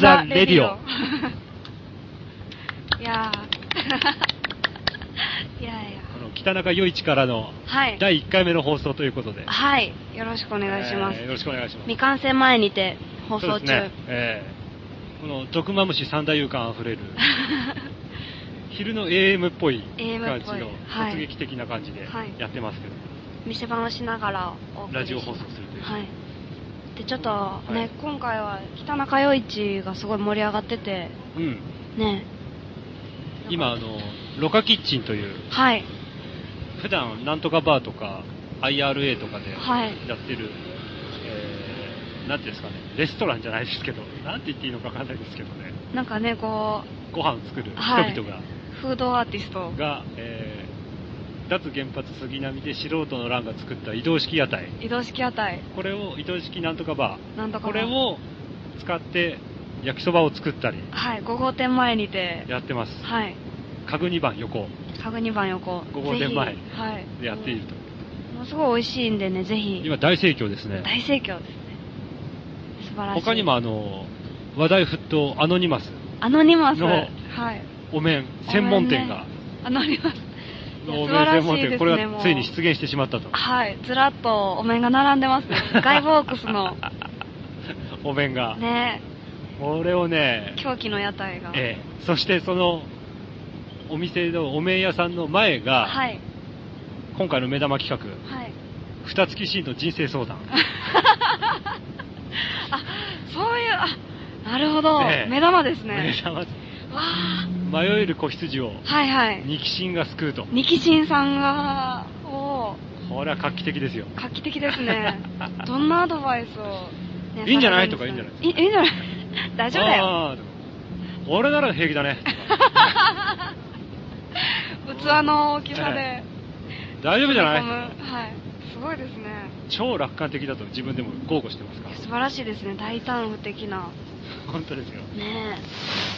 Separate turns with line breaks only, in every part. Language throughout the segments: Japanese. ザ・レディ オ。
い やー。いやいや。
あの北中余市からの
はい。
第1回目の放送ということで。
はい。よろしくお願いします。
えーよろしくお願いします。
未完成前にて放
そうで
送中。
すね。えーこの、毒マムシ三大勇敢あ ふれる、昼の AM っぽい
AM
感
っ
じ
ぽい
の
はい
突撃的な感じで
はい
やってますけど、
見せ場をしながらお送り
ラジオ
し
放
ます
送するという。
はい。で、ちょっとね、
はい
今回は北中陽一がすごい盛り上がってて、
うん。
ね。
今、あの、ロカキッチンという、
はい。
普段なんとかバーとか IRA とかで
はい
やってる、えーなんていうんですかねレストランじゃないですけどなんて言っていいのかわかんないですけどね
なんかね、こう、
ご飯作る人
はい
々が、
フードアーティスト。
が、えー脱原発杉並で素人の乱が作った移動式屋台
移動式屋台。
これを移動式なんとかバ
なんだ
ー
かな
これ。を使って焼きそばを作ったり
はい。5号店前にて。
やってます
はい。
家具2番横
家具2番横。
5号店前
ぜひはい。
でやっていると
ものすごい美味しいんでね、ぜひ。
今大盛況ですね
大盛況ですね。素晴らしい。
他にもあの話題沸騰アノニマス
アノニマス。
の
はい。
お面専門店が、
アノニマス。
お
素
面
晴ら
専
し
門
い
店、
ですね。
これ
も
が
う
ついに出現してしまったと。
はい。ずらっとお面が並んでますね。 ガイボークスの、
お面が。
ね、
これをね、
狂気の屋台が。
ええそしてその、お店のお面屋さんの前が、
はい。
今回の目玉企画、
はい。
蓋付きシーンの人生相談。
あ、そういう、あ、なるほど。
ね
目玉ですね
目。玉
わあ。
迷える子羊を、
はいはい。
ニキシンが救うと。
ニキシンさんが、おー
これは画期的ですよ。
画期的ですね。どんなアドバイスを、ね
いいんじゃない
される
とか
ですいいんじゃない 大丈夫だよ。
ああ。俺なら平気だ ね。
器の大きさで。
大丈夫じゃない
はい。すごいですね。
超楽観的だと自分でも豪語してますから。
素晴らしいですね。大胆不敵な。
本当ですよ。
ね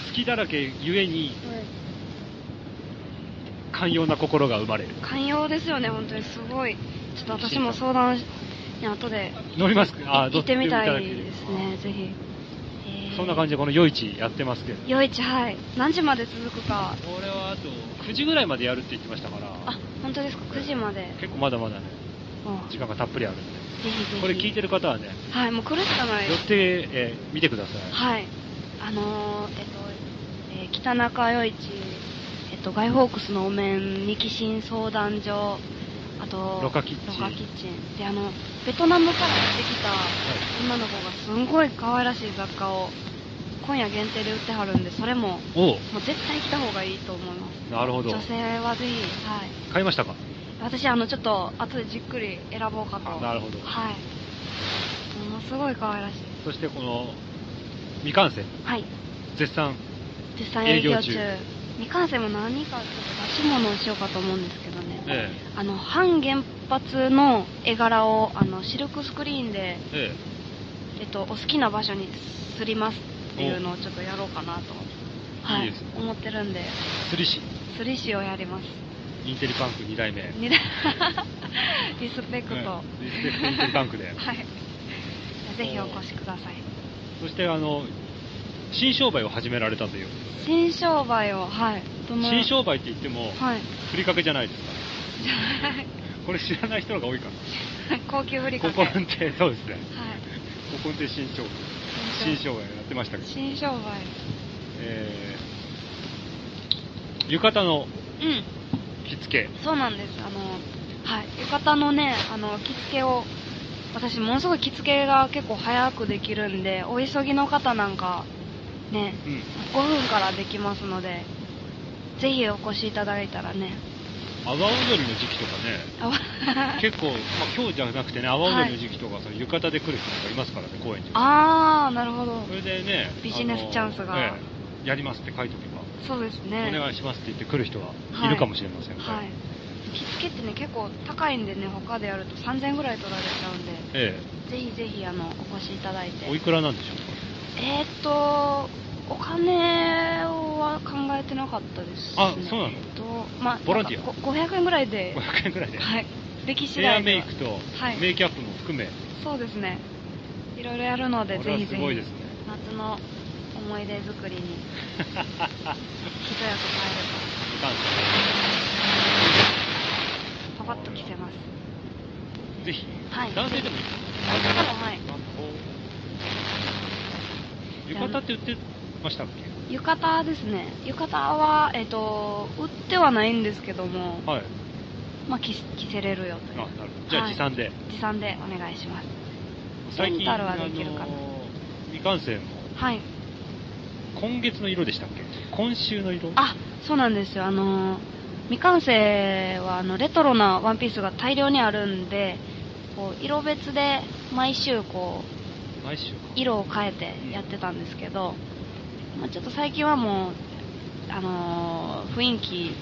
好きだらけゆえに
え。
寛容な心が生まれる
寛容ですよね、本当に。すごい。ちょっと私も相談し、ね、後で
乗りますあ
行ってみたい
乗って
で
みた
す
だけ
ね、ぜひ。
そんな感じでこの夜市やってますけど
じ。夜市、はい。何時まで続くか。
これはあと9時ぐらいまでやるって言ってましたから
あ、本当ですか、9時まで。
結構まだまだね
うん
時間がたっぷりあるん
ぜひぜ
で
ひ。
これ聞いてる方はね
はい、もう来るしかない。
寄って、えー見てください
はい。あのー、えっと、えー北中余市、えっと、ガイホークスのお面、ニキシン相談所、あと、
ロカキッチン
ロカキッチンで、あの、ベトナムからやってきた女の子がすんごい可愛らしい雑貨を、今夜限定で売ってはるんで、それも、も
お
う絶対来た方がいいと思います。
おなるほど
女性はぜひ、はい。
買いましたか
私、あの、ちょっと、後でじっくり選ぼうかと。
あなるほど
はい。ものすごい可愛らしい。
そしてこの未完成
はい。
絶賛
実際営業中
営業中
未完成も何かちょっと出し物をしようかと思うんですけどね、
え
あの反原発の絵柄をあのシルクスクリーンで、
ええ
えっと、お好きな場所にすりますっていうのをちょっとやろうかなと、はい
いですね
思ってるんで
え釣り師
すり師をやります
インテリパンク2代目
二段 リスペクト、は
うんリスペクトインテリパンクで
いぜひお越しください
そしてあの新商売を始められたという
新商売をはいどの
新商売って言っても
はい
ふりかけじゃないですか
じゃない
これ知らない人の方が多いか
高級ふり
ら
か
古
け
今亭そうですね
はい
古今亭新商新商売やってましたけど、
新商売
えー、浴衣の
うん
着付け
そうなんですあのはい浴衣のねあの着付けを私ものすごい着付けが結構早くできるんでお急ぎの方なんかね
うん
5分からできますのでぜひお越しいただいたらね
阿波踊りの時期とかね
あわ
結構、まあ、今日じゃなくてね阿波踊りの時期とか、その浴衣で来る人なんかいますからね高円寺
あーなるほど
それでね
ビジネスチャンスが
あのええやりますって書いとけば、
そうですね
お願いしますって言って来る人はいるかもしれませんから、
はい着付けってね結構高いんでね他でやると3000円ぐらい取られちゃうんで
え
ぜひぜひあのお越しいただいて
えおいくらなんでしょう
えーっと、お金は考えてなかったです、ね。
あそうなの
えーっと、まあ、
ボランティア
なんかご500円ぐらいで
か、500円ぐらいで、
はい。歴史
ヘア
代
メイクと
はい
メイクアップも含め、
そうですね。いろいろやるので、
これ
ぜ
は
ひ
す
ぜ
ごいで
ひ
す、ね
夏の思い出作りに一役変
いかんっ
えればパパッと着せます
すねぜひ、
はい
男性でもいい
男性でもはい
浴衣って売ってましたっけ
浴衣ですね浴衣は、えっと売ってはないんですけども、
はい
まあ、着着せれるよとい
あ
う
なるほどじゃあ持参で、
持参でお願いします
最
レン
近
タ
あ
ル
の
はできるかな
未完成も
はい
今月の色でしたっけ今週の色
あそうなんですよあのー未完成はあのレトロなワンピースが大量にあるんでこう色別で毎週こう
毎週か
色を変えてやってたんですけど、まあ、ちょっと最近はもうあのー雰囲気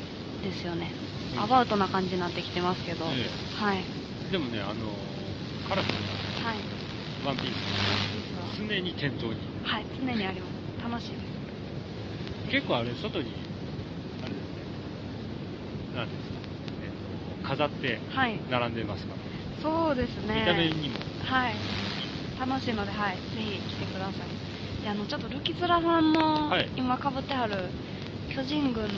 ですよね
うん
アバウトな感じになってきてますけど、
え
はい
でもねあのカラフル
はい
なワンピース
実
常に店頭に
ははい常にあります楽しいです
結構あれ外にあれですねなんですか、えっと飾って
はい
並んでますから、
そうですね
見た目にも
はい、楽しいので、はい、ぜひ来てください。で、あの、ちょっとルキズラさんの、
はい
今かぶってはる巨人軍の、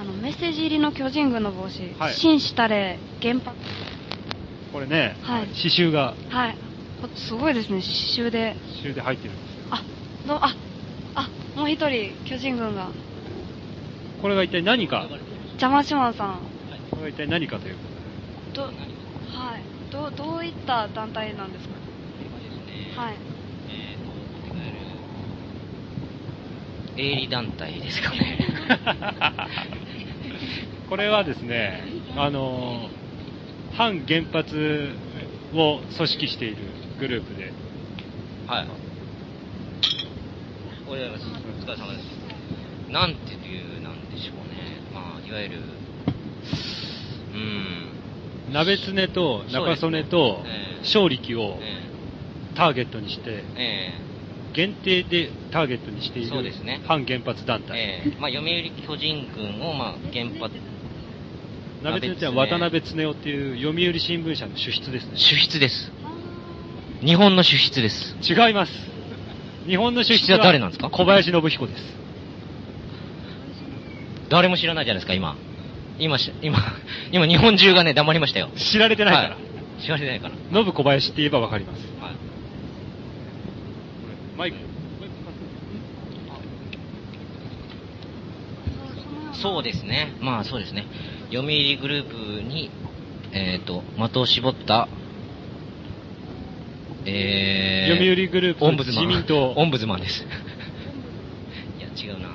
あの、メッセージ入りの巨人軍の帽子、
はい
紳士たれ原発、
これね、
はい
刺繍が
はい、こすごいですね、刺繍で。
刺繍で入ってるんですよ
あ、どう、あ、あ、もう一人、巨人軍が。
これが一体何か
邪魔しまさん。
これが一体何かというこ
ど、はい、どう、どういった団体なんですかはい。
営利団体ですかね
とこれはですねあの反原発を組織しているグループで
はいおはようございますお疲れ様ですなんていうなんでしょうねまあいわゆるうん
鍋つねと中曽根と
そうですねええ
勝力を
え
ターゲットにして
ええ
限定でターゲットにしてい
そうで
る
すね
反原発団
え
体
ええまあ読売巨人軍をまあ原発
鍋つねってのは渡辺恒夫っていう読売新聞社の主筆ですね
主筆です
あ
日本の主筆です
違います日本の主
主筆
筆
は
は
誰なんですか
小林信彦です
誰も知らないじゃないですか今今し今今日本中がね黙りましたよ
知られてないから、
はい、知られてないから
ノブ小林って言えばわかります。
はい
マイク。
ー
そうですね。まあそうですね。読売グループに、えっ、と、的を絞った、えー、
読売グループ
オンブズマン。
自民党
オンブズマンです。 いや、違うな。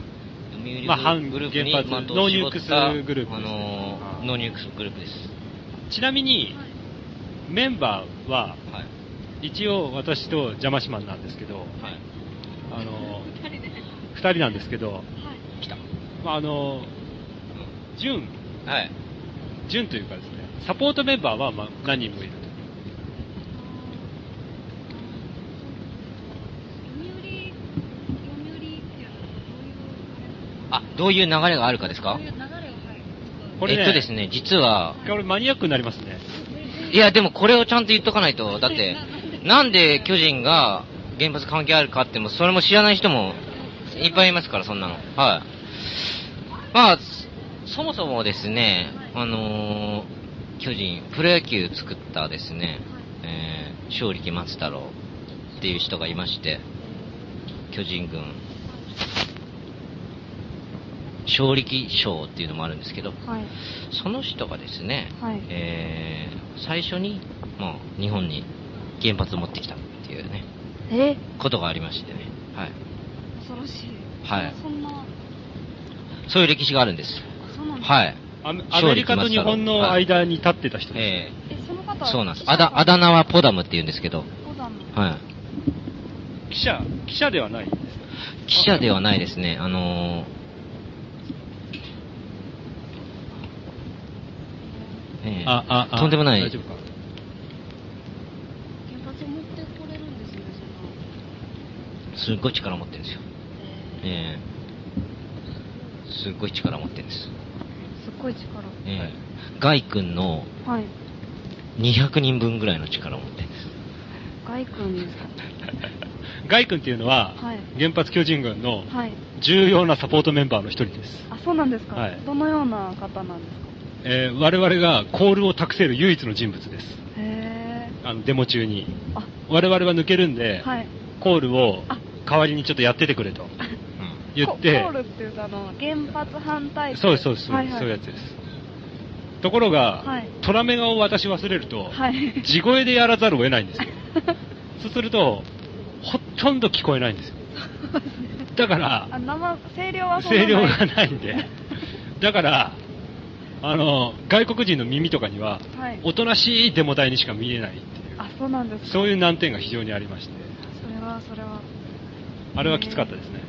読売
まあ反
グループに
原発
的
ノ
を絞った
ーニュークスグループ
あ
ですね
の
あ
ー
ー
ノーニュークスグループです。
ちなみに、メンバーは、
はい。
一応私と邪魔シマンなんですけど、
はい。
あの、
二人で。は
二人なんですけど、
い。
来た。
まあ、あの、
う
純、
んはい。
純というかですね、サポートメンバーはまあ何人もいると。
あ、どういう流れがあるかですか
これね
えっとですね、実は、
これマニアックになりますね。
いや、でもこれをちゃんと言っとかないと、だって、なんで巨人が原発関係あるかっても、それも知らない人もいっぱいいますから、そんなの。はい。まあ、そもそもですね、あのー巨人、プロ野球作ったですね、えー、勝力松太郎っていう人がいまして、巨人軍、勝力賞っていうのもあるんですけど、
はい。
その人がですね、
はい
えー最初に、まあ、日本に原発を持ってきたっていうね、
え
ことがありましてね、はい。
恐ろしい。
はい
そんな、
そういう歴史があるんです。
そうなんです。い。
はい。
アメア
勝
メ
利
リ
来
カ
ま
と
し
日
たろ
本の間に立ってた人です。
え
え、その方
ー
は
そうなんです。あだ、あだ名はポダムって言うんですけど、
そうだもん
はい。
記者、記者ではないんです。
記者ではないですね、あのーえーとんでもない
大丈夫か。
原発持ってこれるんですね、
すっごい力持ってるんですよ。
その。え
えーすっごい力持ってるんです。
ーすっごい力。
えーガイ君の
はい。
200人分ぐらいの力を持ってるんです。
外君ですか。
ガイ君っていうのは、
はい
原発巨人軍の
はい。
重要なサポートメンバーの一人です。
あ、そうなんですか。
はい
どのような方なんですか
えー我々がコールを託せる唯一の人物です。
へ
あの、デモ中に。
ー。
我々は抜けるんで、
あ、はい。
コールを
あ
代わりにちょっとやっててくれと言っ
コ
て
コ、ールっていうと、あの、原発反対。
そうです、そうです、
はいはい、
そういうやつです。ところが、
はい
トラメガを私忘れると、
はい。
地声でやらざるを得ないん ですよ。そうすると、ほとんど聞こえないんです よ。だから、
あ生声量はそんな
声量が
い。
ないんで、だから、あの、外国人の耳とかには、
はい。
おとなしいデモ隊にしか見えないっていう、
あ、そうなんですか。
そういう難点が非常にありまして、
それは、それは。
あれはきつかったですね。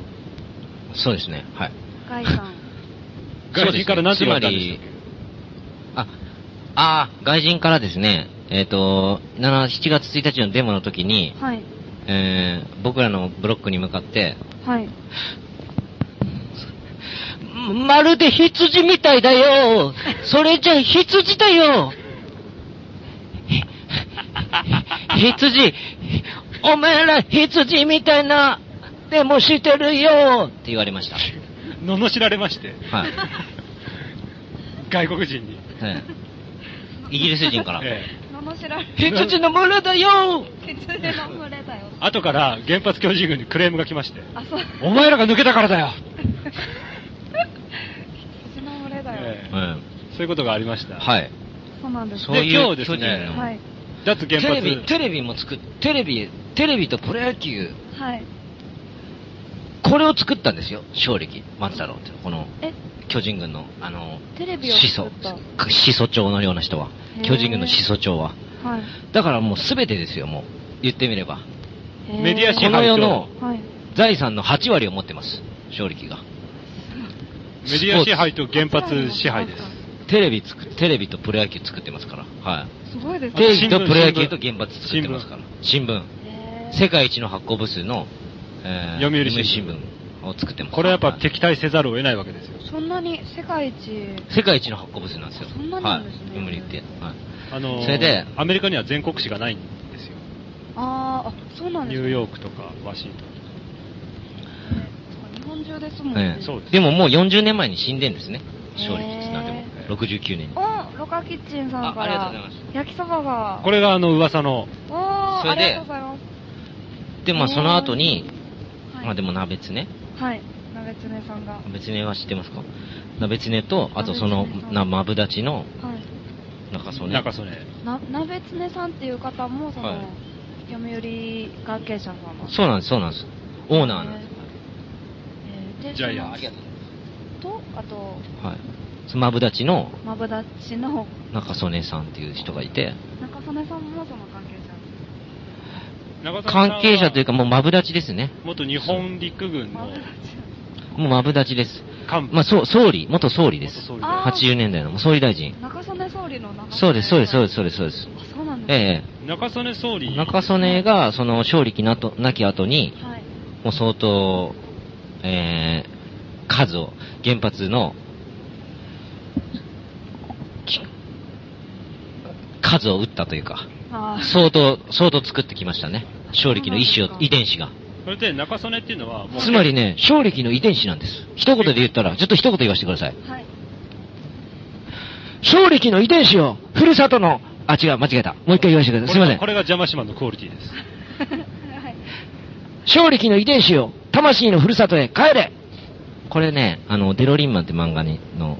そうですね。はい。
ガイさん。
外人から何て言われたんでしたっ
つまりあ、あー外人からですね、えっ、と、7、7月1日のデモの時に、
はい。
えー僕らのブロックに向かって、
はい。
まるで羊みたいだよそれじゃ羊だよひ羊お前ら羊みたいなデモしてるよって言われました。
け罵られまして、
はい。
外国人に。
はいイギリス人から。
ええ
罵られ
羊の村だよ
血での群れだよ。
後から原発教授軍にクレームが来まして、
あ、そう。
お前らが抜けたからだよ、
血の群れだよ。
ええ
うん。
そういうことがありました。
はい。
そうなんです
そ
ね。
ういう
今日ですね
巨人の
はい。
脱原
テレ
発
ビ、テレビも作っ、テレビ、テレビとプロ野球、
はい。
これを作ったんですよ。勝力、松太郎っていう、この、
え、
巨人軍の、あの、
テレビを
始
作
祖
った。、
始祖長のような人は
へ、ー
巨人軍の始祖長は。
はい。
だからもうすべてですよ、もう。言ってみれば。
へー
メディア支
この
配
世
と
の
はい。
財産の8割を持ってます、勝力が。
メディア支配と原発支配です。
テレビ作っ、テレビとプロ野球作ってますから。はい。
すごいです
あと
テレ
ね。
ビ
新聞
とプロ野球と原発作ってますから。新聞。
へー
世界一の発行部数の、えー
読売新聞
を作ってます。
これはやっぱ
はい
敵対せざるを得ないわけですよ。
そんなに世界一。
世界一の発行部数なんですよ。
そんななんですね
はい。読売って。はい。
あのー
それで
アメリカには全国紙がないんですよ。
あーあ、そうなん
ニ
です
ュー
ね
ヨークとかワシントンとか。
日本中ですもん
え
ね
え。
そうです
でももう40年前に死んでんですね。
へー
勝利ですなんでも。69年に。
おロカキッチンさん
あ
か
ありがと
ら
うございます
焼きそばが。
これがあの噂の、
おー
それ
あ
で
りがとうございます。
で、まあその後に、
はい
まあでも鍋つね。
はい。鍋つねさんが。は
鍋つねは知ってますか鍋つねと、あとその
鍋つね、
な、マブダチの
い。
中曽根。
中曽根。
な鍋つねさんっていう方もその、
はい
読売関係者さんの。
そうなんです、そうなんです。オーナーなんです。
えーで
ジャイアン
そのとあと
はい。そのマブダチの
マブダチの
中曽根さんっていう人がいて、
中曽根さんもその関係者。
中曽根さんは
関係者というかもうマブダチですね。
元日本陸軍
マ
の
ブダチ。
もうマブダチです。
幹部。
まあ、そう、総理、元総理です
元。総理
あー
80年代の総理大臣。
中曽根総理の中
そうです、そうです、そうです、そう
で
です、そうです。
す。あ、そうなんですね。
え
中曽根総
え
理。
中曽根が、その、勝力なと、なき後に、
はい。
もう相当、えー、数を、原発の、き数を打ったというか、
あー
相当、相当作ってきましたね。勝力の意思
そうなん
を、
ですか
遺伝子が。
それで中曽根っていうのは、もう
つまりね、勝力の遺伝子なんです。一言で言ったら、ちょっと一言言わせてください。
はい。
勝力の遺伝子を、ふるさとの、あ、違う、間違えた。もう一回言わせてください。すいません
こ。れがジャマシマンのクオリティです。
はい。
勝力の遺伝子を魂のふるさとへ帰れこれね、あの、デロリンマンって漫画にの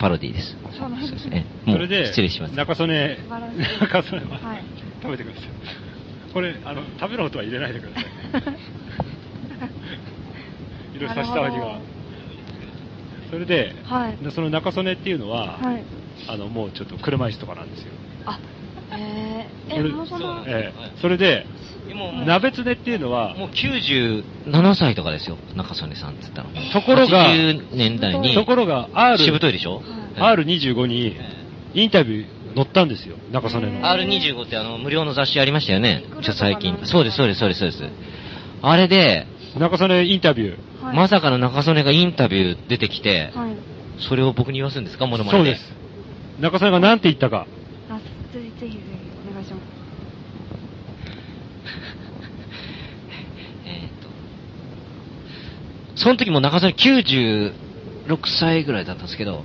パロディーです。
そうなんですね。
えも
そうれで、
失礼します。
中曽根
素晴らし、い
中曽根は、
はい
食べてください。これ、あの、食べることは入れないでくだ さいね。いろいろ差した味
なるほ
が
ど。
それで、
はい。
でその中曽根っていうのは、
はい。
あの、もうちょっと車椅子とかなんですよ。
あ、えー、
こ
え、
れ
もうその、
ええ
はい
それで、
もう、
鍋つねっていうのは、
もう97歳とかですよ、中曽根さんって言ったら。
ところが
80年代に、
ところが R、
しぶといでしょ、
は
R25 にインタビュー載ったんですよ、中曽根
へ
の。
ー
R25 ってあの、無料の雑誌ありましたよね
ビッ。クル
ち
と
ょっと
か
最近
なん。か
そうです、そうです、そうです、そうです。あれで、
中曽根インタビュー。
はい。
まさかの中曽根がインタビュー出てきて、
はい。
それを僕に言わすんですかモノマ
そ
ネ
うです。中曽根が何て言ったか。
あ、ぜひぜひぜひ、お願いします。
その時も中曽根96歳ぐらいだったんですけど、
はい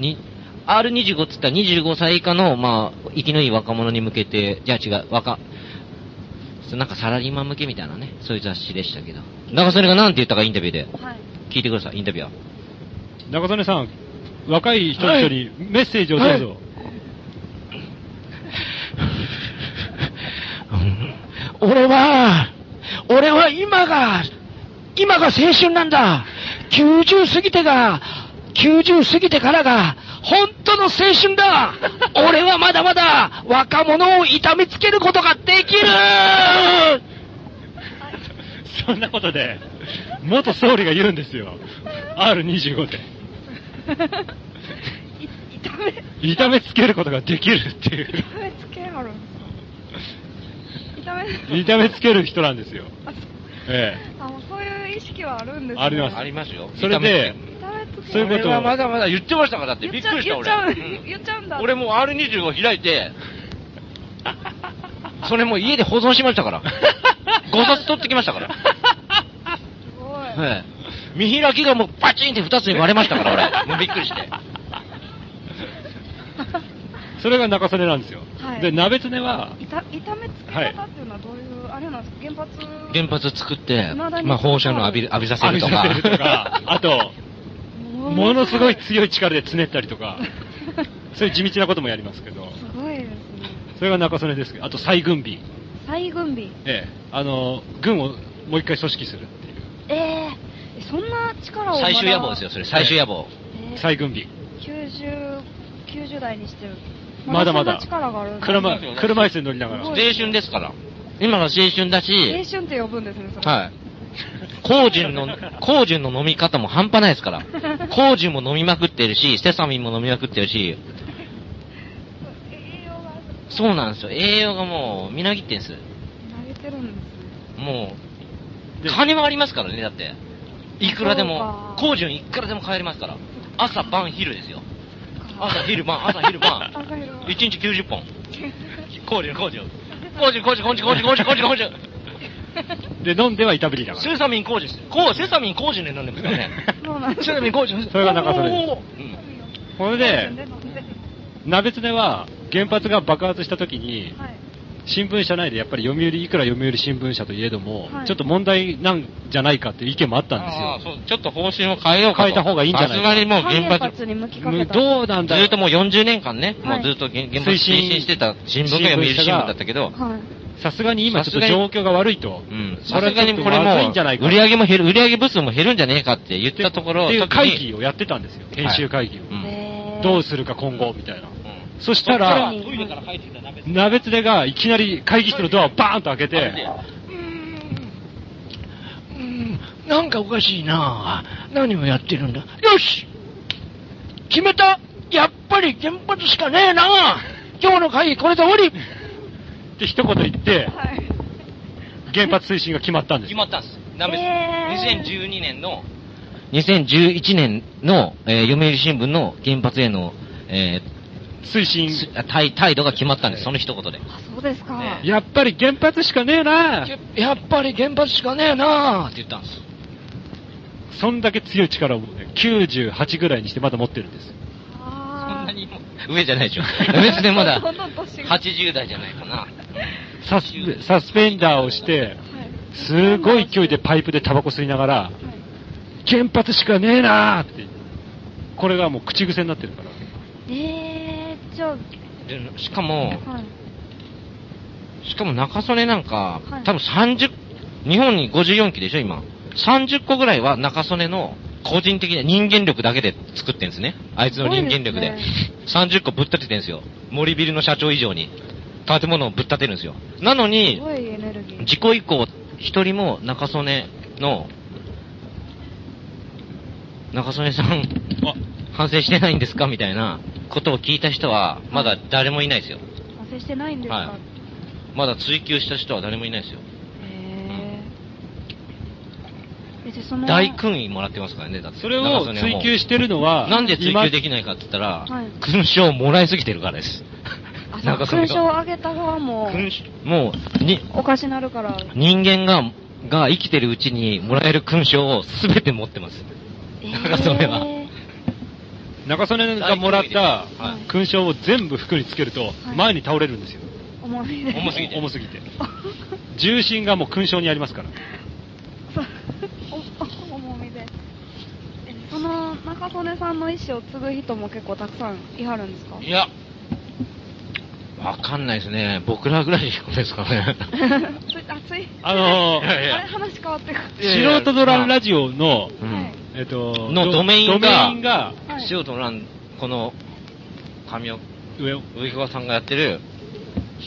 に、R25 っつったら25歳以下の、まあ、生きのいい若者に向けて、じゃあ違う、若、そうなんかサラリーマン向けみたいなね、そういう雑誌でしたけど。中曽根がなんて言ったかインタビューで。
はい
聞いてください、インタビューは。
中曽根さん、若い人々にメッセージをどうぞ。
俺は、俺は今が、今が青春なんだ。90過ぎてが、90過ぎてからが、本当の青春だ。俺はまだまだ若者を痛めつけることができる。
そんなことで、元総理が言うんですよ。R25 で。
い痛め
痛めつけることができるっていう。
痛めつけある痛め
痛めつける人なんですよ。
あそ
え
あもうそういう意識はあるんですね
あります
ありますよ。
え。それで、
痛めつけ
そういうこと
俺はまだまだ言ってましたから、だって。び
言
っ
っちゃ
く
う
りした、
言っ
俺
ちゃう。
うん
言っちゃうんだ
俺も R25 開いて、それもう家で保存しましたから。5冊取ってきましたから。
すごい、
はい。見開きがもうパチンって2つに割れました から、俺。もうびっくりして。
それが中曽根なんですよ。
はい
で、鍋つねは、
痛痛めつけ方っていうのはどういう、あれなんですか原発
原発作って、
未だに
まあ放射能浴びる浴びさせるとか。
浴びさせるとか あと、ものすごい強い力でつねったりとか、そういう地道なこともやりますけど、
すごいですね
それが中曽根ですけど、あと再軍備。
再軍備
ええ。あの、軍をもう一回組織するっていう。
ええそんな力をまだ
最終野望ですよ、それ。最終野望。
えー
再軍備。
90, 90代にしてる
まだまだ
そんな力があるんだ
車
青、
車椅子に乗りながら。
は
青
い
青春ですから。今が青春だし、
春って呼ぶんですねそれ
はい。工人の、工人の飲み方も半端ないですから。 工人も飲みまくってるし、セサミンも飲みまくってるし、
栄養が
そうなんですよ。栄養がもう、みなぎってんす。
投げてるんですね
もう、
で
金はありますからね、だって。いくらでも、
そうか
工場にいくらでも帰れますから。朝、晩、昼ですよ。朝、昼、晩、朝、昼、晩。
朝昼晩
1日90本。 工場、工場。工場、工場、工場、工場、工場、工場、工場。
で、飲んでは痛ぶりながら。
セサミン工事です。こう、セサミン工事で飲んでますからね。
そうなんです
セサミン工事。
それが中曽根です
おーうん
これで、鍋つねは原発が爆発した時に、
はい
新聞社内でやっぱり読売、いくら読売新聞社といえども、
はい
ちょっと問題なんじゃないかっていう意見もあったんです
あー
よ。
そうちょっと方針を変えようかと。
変えた方がいいんじゃない
さすがにもう原
原
発、
発に向きか
む
けた
どうなんだ
ずっともう40年間ね、
はい
もうずっと原原発推進してた新聞が読売新聞だったけど、
はい
さすがに今ちょっと
さすが
状
に
況が悪いと。
うん。
そ
さ
れ
すがにこれ
ちょっとまずいんじゃないか
もう、売り上げも減る、売り上げ部数も減るんじゃねえかって言ったところ、
っていう
時に
会議をやってたんですよ。編集会議を。
うん
えー
どうするか今後、みたいな。
うん
そしたら
そ、っトイレから
帰ってきた鍋
鍋つねがいきなり会議室のドアをバーンと開けて、
うんなんかおかしいな何をやってるんだよし決めたやっぱり原発しかねえな今日の会議これで終わり
って一言言って、
はい
原発推進が決まったんですよ。
決まったんです。鍋
えー
2012年の、2011年の、えー読売新聞の原発への、え
推進
ー、。す態態度が決まったんです、その一言で。
あそうですか、
ね
やっぱり原発しかねえな
やっぱり原発しかねえな
あって言ったんです。
そんだけ強い力を、ね、98ぐらいにしてまだ持ってるんです。
そん
あ
な
ー
にも、上じゃないでしょ。別にまだ、
どんどん年が
80代じゃないかな。
サスペサスペンダーをして、
はい
すごい勢いでパイプでタバコ吸いながら、
はい
原発しかねえなーって。これがもう口癖になってるから。
えー、じゃ
でしかも、
あ、はい、
しかも中曽根なんか、
はい
多分30、日本に54機でしょ、今。30個ぐらいは中曽根の個人的な人間力だけで作ってんですね。あいつの人間力で。
すごいで
30個ぶっ立ててんですよ。森ビルの社長以上に。建物をぶっ立てるんですよ。なの
す
に、
ごいエネルギー。
事故以降、一人も中曽根の、中曽根さん、反省してないんですかみたいなことを聞いた人は、まだ誰もいないですよ。
反省してないんですか、
はいまだ追求した人は誰もいないですよ。
へーえでその
大勲位もらってますからね、だって。
それ
長
を
曽根はも
追
う
求してるのは、
なんで追求で
今
きないかって言ったら
はい、
勲章をもらいすぎてるからです。
あそ う
中曽根
勲章を
が。
あげた側も
勲章もう、に、
おかしなるから
人間がが生きてるうちにもらえる勲章をすべて持ってます。中曽根は
え
中曽根がもらった
はい
勲章を全部服につけると
い
前に倒れるんですよ。
ー重いです。
重すぎて
重すぎて。重心がもう勲章にありますから。
そうおお 重みで。えその中曽根さんの意思を継ぐ人も結構たくさんいはるんですか
いや、わかんないですね。僕らぐらいですか ね。
つあつい
あのー
いやいや
あれ話変わってくる。
いやいや
素人ドランラジオの、
うん。
えっと、
のドメインが
ドメインが
はい
塩と蘭、この、神尾、
上を
上川さんがやってる、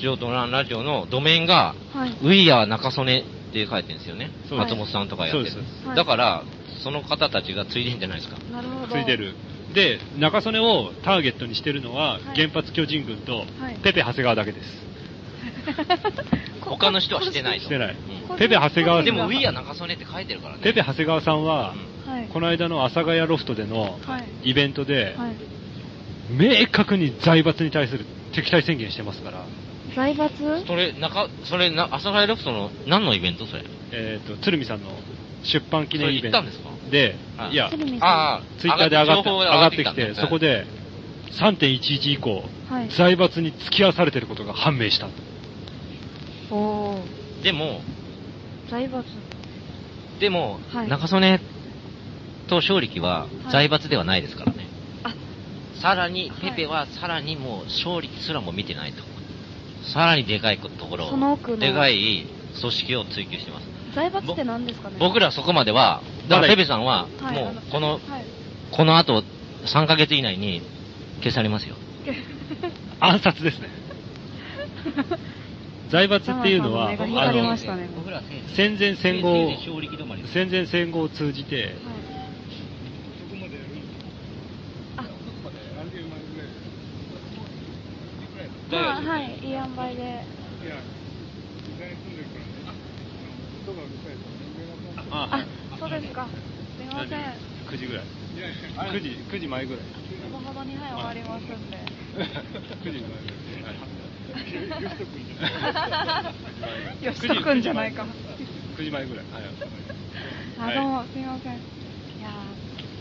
塩と蘭ラジオのドメインが、
はい。
ウィーアー中曽根って書いてるんですよね。
そうです
松本さんとかやって
そう
る
ですそうで。
すはい
だから、その方たちがついでんじゃないですか。
なるほど。
つい て。る。で、中曽根をターゲットにしてるのは、
はい
原発巨人軍と
はい、
ペペ長谷川だけです。
他の人はしてないと。
してない
うん
こ
ペペ長谷川
でも、ウ
さん
ィーアー中曽根って書いてるからね。
ペペ長谷川さんは、
はい。
この間の阿佐ヶ谷ロフトでの
はい。
イベントで、
はい。
明確に財閥に対する敵対宣言してますから、
財閥
うんそれ、中、それ、な朝ライロフトの、何のイベントそれ。
えっ、と、鶴見さんの出版記念イベント
それ行ったん
で
は、い
いや、
鶴見さん
ああ、
ツイッターで上がっ
情報が
上がって
ん
き
だ
て、そこ、で、3.11以降、
はい。
財閥に付き合わされてることが判明した。
おおー。
うんでも、
財閥。
でも、
はい
中曽根と勝力は財閥ではないですからね。
あ、
さらに
は、い
ペペはさらにもう勝力すらも見てないと。さらにでかいところを
その奥の
でかい組織を追求してます。
財閥って何ですかね
僕らそこまでは、だ
まだ
からペペさんは、
はい
も
あ
うこ の、
はい。
この後3ヶ月以内に消されますよ。
暗殺ですね。財閥っていうのは、
ザワさんの目が
あ
光り
の
まし、たね
僕ら政治
戦前戦後、
政治で勝力止まりです
戦前戦後を通じて、
はいまあ、はい、いい塩梅で。あ、そうですか。すみません。
9時ぐらい。9時、9時前ぐらい。
ほどほどに、はい、終わりますんで。
9時 前ぐらい。
よしとくんじゃないか。
9時前ぐらい。はい
あ、どうも、すみません。いや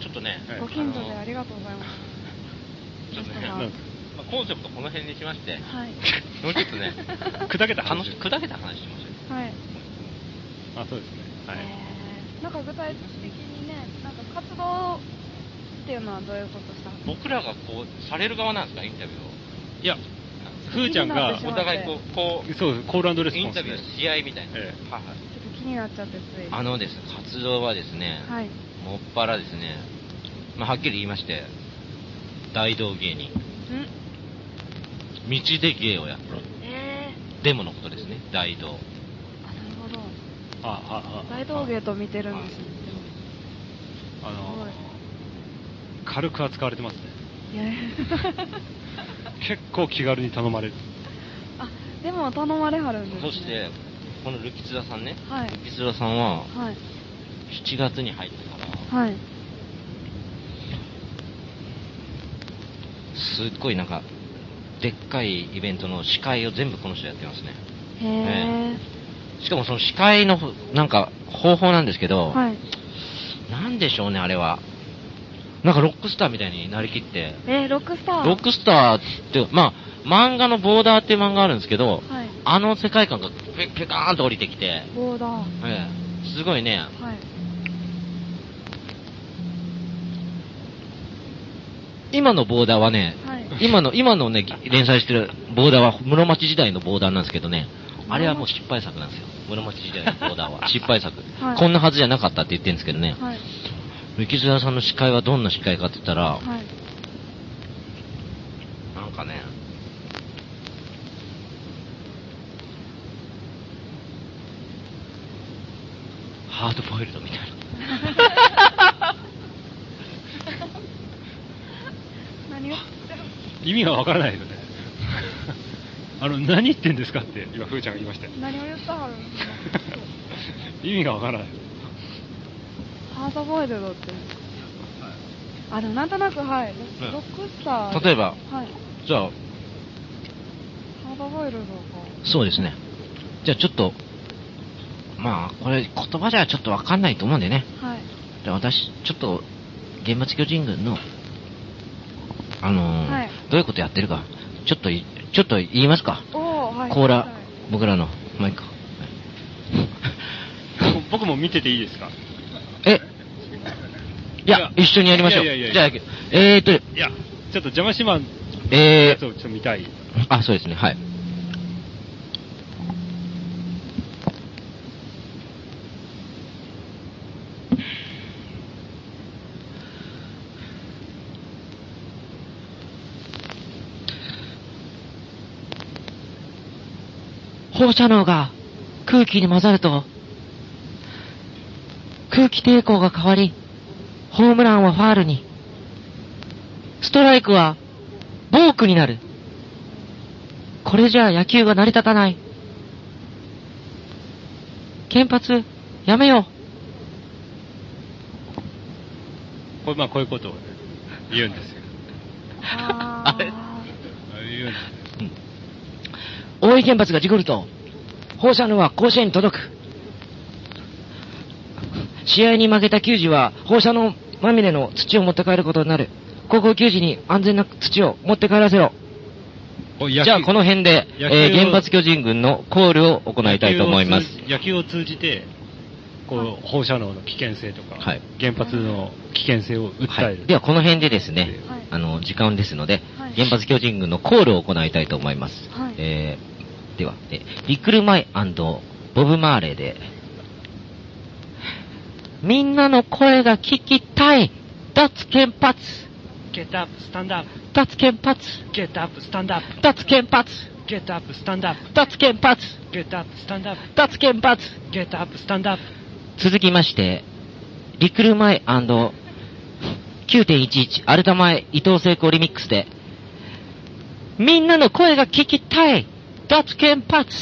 ちょっとね、
は
ー、
い
ご近所でありがとうございます。
ちょっとね、
あ
ま
の
なんか
あコンセプトこの辺にしまして、
はい。
もうちょっとね、
砕けた
楽
話
し。砕けた話しましょう。
はい。
あ、そうですね。はい。
えーなんか具体的にね、なんか活動っていうのはどういうことしたの
僕らがこう、される側なんですか、インタビュー
いや、ふーちゃんが
気に
を。お
なってしまう
互いこう、こ
そうです、コールレ
う、
ス
イ
ポン
ン
ス
タビュ
で
ー、。試合みたいな。
え
はいはい。
ちょっと気になっちゃってつい。
あのですね、活動はですね、
はい。
もっぱらですね、まあ、はっきり言いまして、大道芸人、
ん
道で芸をやってる。
え
デモのことですね、大道。
ー、あ、なるほど。
あ、あ、あ、
大道芸と見てるんですね。
あの
はい、
軽く扱われてますね。
い や
結構気軽に頼まれる。
あ、でも頼まれはるんです、ね。
そして、このルキツラさんね、
はい
ルキツラさんは、
はい。
7月に入ってから、
はい。
すっごいなんか、でっかいイベントの司会を全部この人やってますね。
へえ
ね。しかもその司会の、なんか、方法なんですけど、
はい。
なんでしょうね、あれは。なんかロックスターみたいになりきって、
えー、ロックスター。
ロックスターって、まあ、漫画のボーダーっていう漫画あるんですけど、
はい。
あの世界観がペペカーンと降りてきて、
ボーダー。は
ええすごいね、
い。
今のボーダーはね、
はい。
今の、今のね、連載してるボーダーは室町時代のボーダーなんですけどね、あれはもう失敗作なんですよ。室町時代のボーダー は。失敗作、
はい
こんなはずじゃなかったって言ってるんですけどね。
はい。
雪沢さんの司会はどんな司会かって言ったら、
はい。
なんかね、ハードボイルドみたいな。
何を
意味がわからないよね。あの、何言ってんですかって、今、ふーちゃんが言いましたよ。
何を言ったはるんですか
意味がわからな い。
ハードボイルドって。あ、でもなんとなく、はい。
うん
ロックスター。
例えば
はい。
じゃあ、
ハードボイルドか。
そうですね。じゃあちょっと、うーまあ、これ言葉じゃちょっとわかんないと思うんでね。
はい。
じゃあ私、ちょっと、原発巨人軍の、あのー
はい
どういうことやってるか、ちょっとい、ちょっと言いますか。
おー、はい。
コー
は
ラ
い、
僕らの、マイク。
僕も見てていいですか
えいや、
いや
一緒にやりましょう。
いやいやい
じゃ
や
あ、
いや
えーっと、
いや、ちょっと邪魔しまん
え
やつ
ー、
をちょっと見たい。
あ、そうですね、はい。
放射能が空気に混ざると、空気抵抗が変わり、ホームランはファールに、ストライクはボークになる。これじゃ野球が成り立たない。原発、やめよ
これ、まあ、こういうことを言うんですよ。
あ
あれ
言うんです
う。大井原発が事故ると、放射能は甲子園に届く。試合に負けた球児は放射能まみれの土を持って帰ることになる。高校球児に安全な土を持って帰らせろ。
お
じ
野球
ゃあ、この辺で、
野球を
えー、原発巨人軍のコールを行いたいと思います。
野球を通じ野球を通じて、こう、放射能の危険性とか、
はい
原発の危険性を訴
は
え
い。
る。
では、この辺でですね、
はい
あの、時間ですので、
はい
原発巨人軍のコールを行いたいと思います。
はい
えー、では、えリックルマイボブ・マーレーで、みんなの声が聞きたい脱原発
ゲットアップ、スタンドアップ、
脱原発
ゲットアップ、スタンドアップ、
脱原発
ゲットアップ、スタンドアップ、
脱原発
ゲットアップ、スタンドアップ、
脱原発
ゲットアップ、スタンドアップ。
続きまして、リックルマイ &9.11 アルタ前伊藤聖子リミックスで、みんなの声が聞きたい脱原発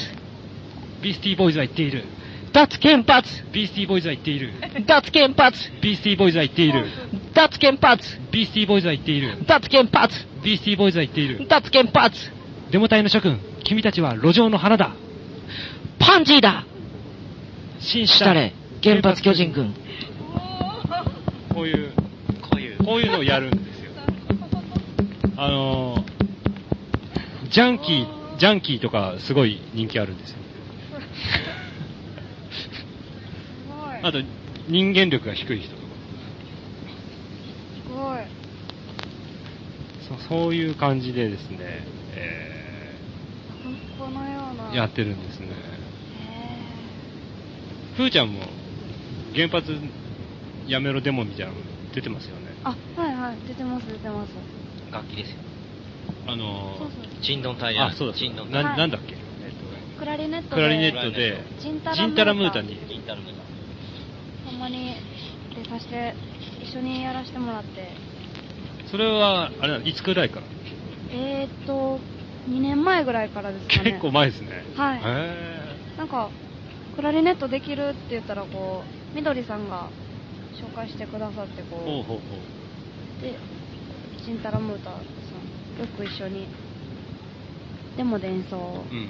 ビースティーボーイズは言っている。
脱原発
ビースティーボーイズは言っている。
脱原発
ビースティーボーイズは言っている。
脱原発
ビースティーボーイズは言っている。
脱原発
ビースティーボーイズは言っている。
脱原発
デモ隊の諸君、君たちは路上の花だ。
パンジーだ
新
したれ原発巨人軍
こういう、こういう、こういうのをやるんですよ。あのー、ジャンキー、ジャンキーとかすごい人気あるんですよ。
すごい。
あと、人間力が低い人とか。
すごい。
そそういう感じでですね、え
このような。
ー、やってるんですね。
へ
ふーちゃんも、原発やめろデモみたいなの出てますよね。
ーあ、はいはい。出てます、出てます。
楽器ですよ。
あのー
そうそう。
チンドン隊じゃ
あ
な、い
そうだそ
チ
う
ンド
だ。
ン
な
はい
なんだっけ
クラリネットで。
クラリネットで、
ジンタラ
ジンタラムータに
インタルムだ
たまに出させて、一緒にやらせてもらって。
それは、あれなの、いつくらいから
えーっと、2年前ぐらいからですかね。
結構前ですね。
はい
へ
なんか、クラリネットできるって言ったら、こう、みどりさんが紹介してくださって、
ーほう
こ
ほうほう。
う、で、チンタラムータさん、よく一緒に、でも演奏を、
うん。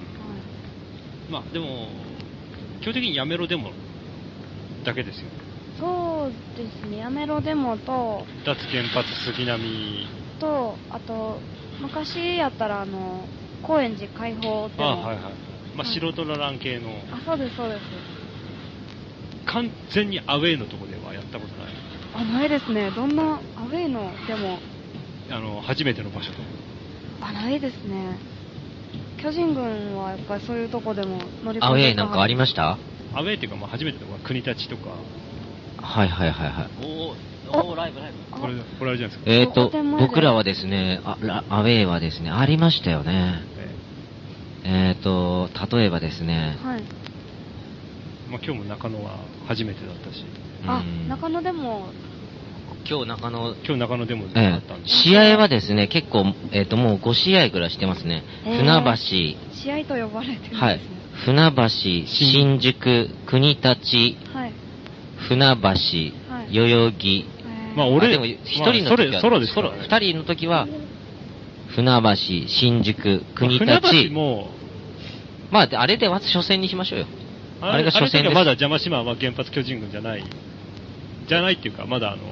まあでも、基本的にやめろでもだけですよ。
はいそうですね、やめろデモと、
脱原発杉並。
と、あと、昔やったら、あの、高円寺解放デ
あ
モ。
はいはい。まあ
はい
素人のラン系の、
あそうです、そうです。
完全にアウェイのとこではやったことない。
あ、ないですね。どんなアウェイのデモ
あの、初めての場所と。
あ、ないですね。巨人軍はやっぱりそういうとこでも乗り込んで
アウェイなんかありま
し
した
アウェイっていうか、まあ初めてのとこは国立とか、
はいはいはいはい。
た。お、ライ
これ、これあれじゃないですか。
えっ、ー、
ここと手前、で
僕らはですね、あラアウェイはですね、ありましたよね。
え
えっ、ー、と、例えばですね、
はい。
えまあ今日も中野は初めてだったし、
あ
う、ん
中野でも、
今日中野、
今日中野でもあ
え
ったん
え
で、
試合はですね、結構、えっ、と、もう5試合ぐらいしてますね。
えー
船
試合と呼ばれてるんです
橋、
ね。
はい。船橋、新宿、国立、
はい。
船橋、
い
代々木。
えー
まあ俺
あでも、一人の時は、
まあそれソロですからね
二人の時は、船橋、新宿、国立。
船橋も、
まあ、であれで、まず初戦にしましょうよ。あれが初戦
あの時は
です。
まだ邪魔島は原発巨人軍じゃない、じゃないっていうか、まだあの、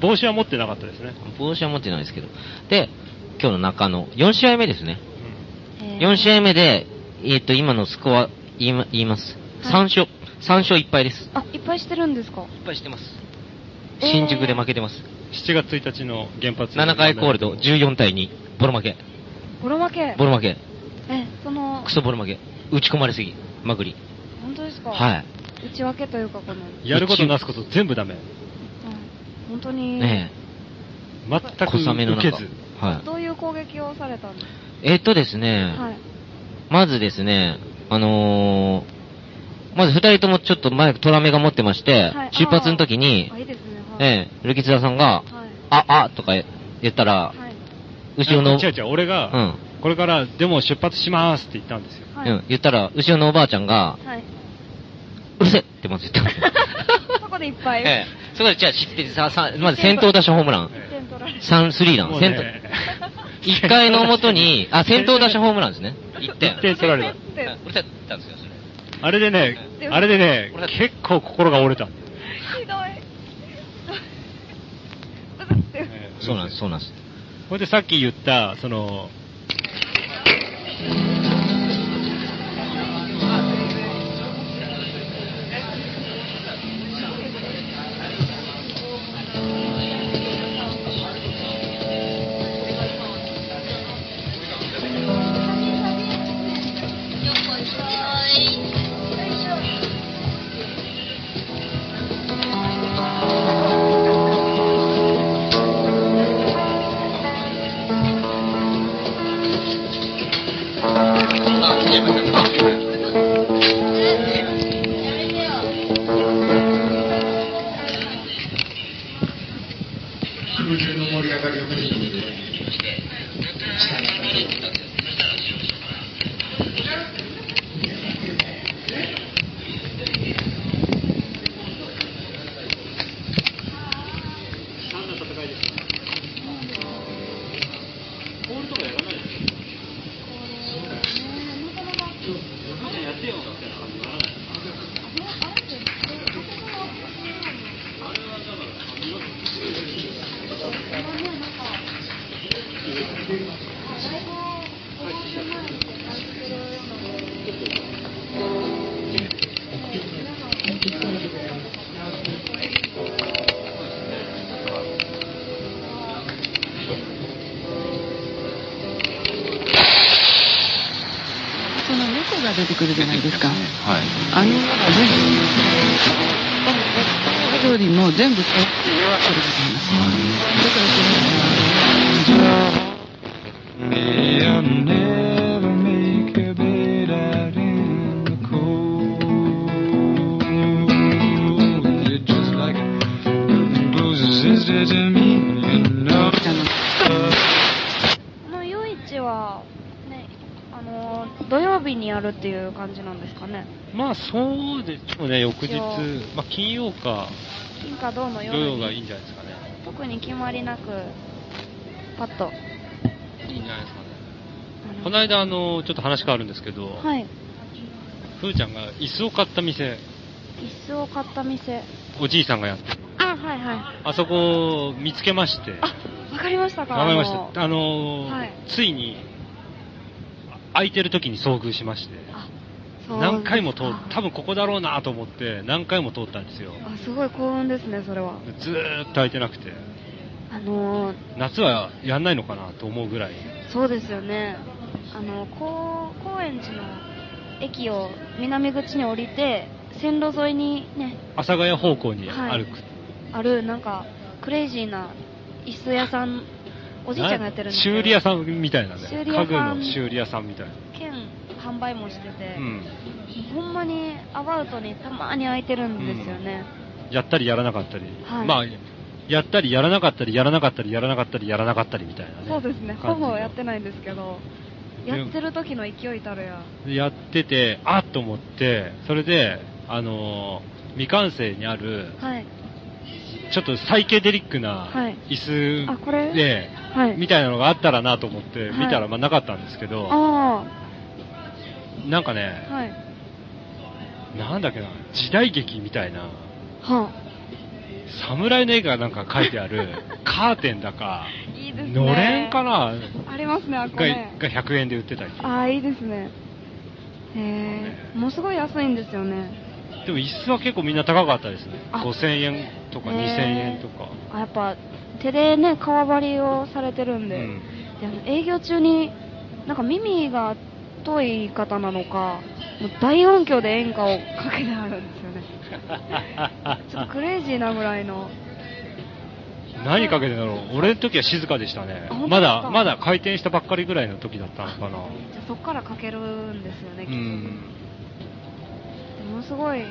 帽子は持ってなかったですね。
帽子は持ってないですけど。で、今日の中野、4試合目ですね。
えー
4試合目で、えっと、今のスコア、言いま言います。3勝、3勝1敗です。
あ、いっぱいしてるんですか
1敗してます。
えー
新宿で負けてます。
7月1日の原発。
7回コールド、14対2。ボロ負け。
ボロ負け。
ボロ負け。
え、その
ク、ソボロ負け。打ち込まれすぎ。まぐり。
本当ですか
はい。
内訳というか、この、うん
やることなすこと全部ダメ。
本当に、
ね
全
え。
く
小雨の
受
中。
け
は
ず。
い。
どういう攻撃をされたんですか
えっとですね、
はい。
まずですね、あのー、まず二人ともちょっと前、トラメが持ってまして、
はい
出発の時に
あ、いいですね。はい。
ええ、ルキツダさん
は
が、
い。
あ、あ、とか言ったら、
はい。
後ろの、
違う違う、俺
う
が、
ん、
これから、でも出発しますって言ったんですよ。
はい。
うん、言ったら、後ろのおばあちゃんが、
はい。
うるせえってまず言った。
そこでいっぱい。
ええ、そこで、じゃあ、失点、さ、さ、まず先頭打者ホームラン、
点取られて。
3、スリーラン、
もう
先頭、
ね
1回の表に、あ、先頭打者ホームランですね。1点。
一点取ら れた
うんうるせえって言ったんですよ、それ。
あれでね、あれでね、結構心が折れた。
ひどい。 うずってる
そうなんです、そうなんです。
ほんでさっき言った、その、
あ、来ちゃいました。
空中の盛り上がりを見に行って
その猫が出てくるじゃないですか。
はい。
あの猫が全部、よりも全部、こういうわけでございます。だからその、
I'll never make a bed out in the cold. Is it just like a broken close sister to me? And no.
この夜市は、ね、あのー、土曜日にやるっていう感じなんですかね。
まあそうでしょうね、翌日
いや、
まあ金曜か
金か銅の
土
夜
曜
に
がいいんじゃないですかね。
特に決まりなく、パッと。
いいんじゃないですかね。
あの
この間あの、ちょっと話変わるんですけど、
はい。
ふーちゃんが椅子を買った店、
椅子を買った店。
おじいさんがやってる。
あ、はいはい。
あそこを見つけまして、
あ、わかりましたか
わかりまし
あの
た。あのー
はい
ついに、あ空いてる時に遭遇しまして、
そう
何回も通
あ
多分ここだろうなと思って、何回も通ったんですよ。
あ、すごい幸運ですね、それは。
ずーっと空いてなくて、
あのー、
夏はやんないのかなと思うぐらい。
そうですよね。あの、高高円寺の駅を南口に降りて、線路沿いにね、
阿佐ヶ谷方向に歩く。
あるなんかクレイジーな椅子屋さんおじいちゃんがやってるんですけど
修理屋さんみたいなね。
修
家
理屋さん
具の修理屋さんみたいな。
兼販売もしてて
う、ん。
ほんまにアバウトにたまに空いてるんですよね、
やったりやらなかったり。
はい
まあ、やったりやらなかったり、やらなかったり、やらなかったり、やらなかったりみたいなね。
そうですねほ
感じの
ぼやってないんですけど
で
やってる時の勢いたるや
やってて、あっと思って、それで、あのー未完成にある、
はい
ちょっとサイケデリックな
はい
椅
あこ
子
れ
で、
はい
みたいなのがあったらなと思って、
はい
見たらまあなかったんですけど、
あ
なんかね
あ、はい
なんだっけな、時代劇みたいな、
は
侍の絵がなんか書いてあ る、カーテンだか、
あ、いいですね。
のれんかな
ありますね、あっこ
が
ね。
が100円で売ってたり。
ああ、いいですね。へえ、ものすごい安いんですよね。
でも椅子は結構みんな高かったですね。
あ
5000円とか
へ
2000円
ー
とか。
あやっぱ、手でね、革張りをされてるんで、
うん
であの営業中に、なんか耳が遠い方なのか、もう大音響で演歌をかけてあるんですよね。 ちょっとクレイジーなぐらいの。
何かけてんだろう俺の時は静かでしたね
あ本当ですか。
まだ、まだ開店したばっかりぐらいの時だったのかな。
じゃあそっからかけるんですよね、
う
きっと。
ん。
ものすごい、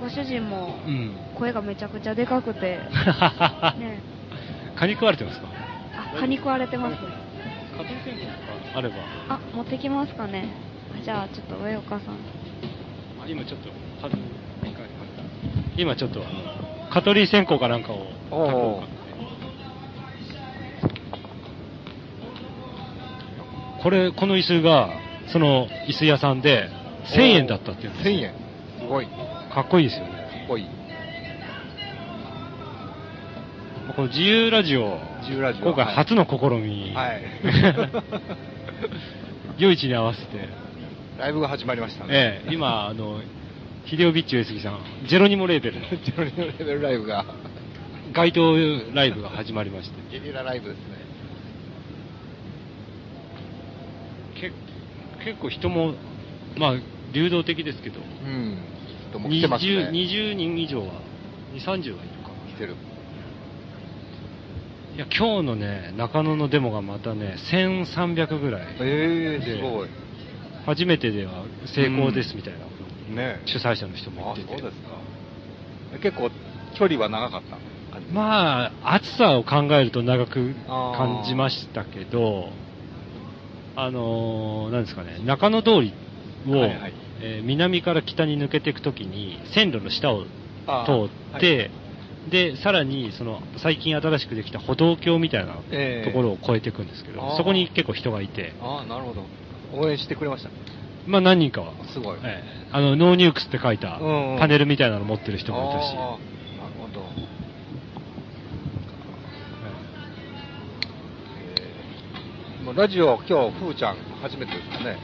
ご主人も
うん。
声がめちゃくちゃでかくて、 ね、
蚊に食われてますか
あ、蚊に食われてますね。
蚊取り線香とかあれば。
あ、持ってきますかね。あじゃあ、ちょっと上岡さん。
あ今ちょっと、春今ちょっと、あの、蚊取り線香かなんかを炊こうかって。これ、この椅子が、その椅子屋さんで、1000円だったっていうんですよ
1000円。すごい。か
かっこいいですよね。
っこいい。
この自由ラジオ、
自由ラジオ
今回初の試み。
はい。
夜市に合わせて。
ライブが始まりましたね。
ええ、今、あの、ヒデオビッチ上杉さん、ジェロニモレーベルの
ジョニーのレベルライブが、
街頭ライブが始まりまして。
ゲリラライブですね。
け結構人も、まあ、流動的ですけど、
うん。人も来てますね。
20, 20人以上は、2、30はいるか
来てる。
な。いや、今日のね、中野のデモがまたね、1300ぐらい、
ええすごい。
初めてでは成功ですみたいな、
ね
主催者の人
あ
も、
そ
言っ
う
てて
で。すか。結構、距離は長かった感じ。
まあ、暑さを考えると長く
あー
感じましたけど、あのーなんですかね、中野通りを、
はいはい
えー南から北に抜けていくときに、線路の下を
あ
通って、で、さらに、その、最近新しくできた歩道橋みたいな
ええ
ところを越えていくんですけど、
あー
そこに結構人がいて、
ああ、なるほど。応援してくれましたね。
まあ何人かは、
すごい。
ええあの、ノーニュークスって書いた
うんうん
パネルみたいなの持ってる人もいたし、
ああなるほど。えーもうラジオ、今日、ふーちゃん、初めてですかね。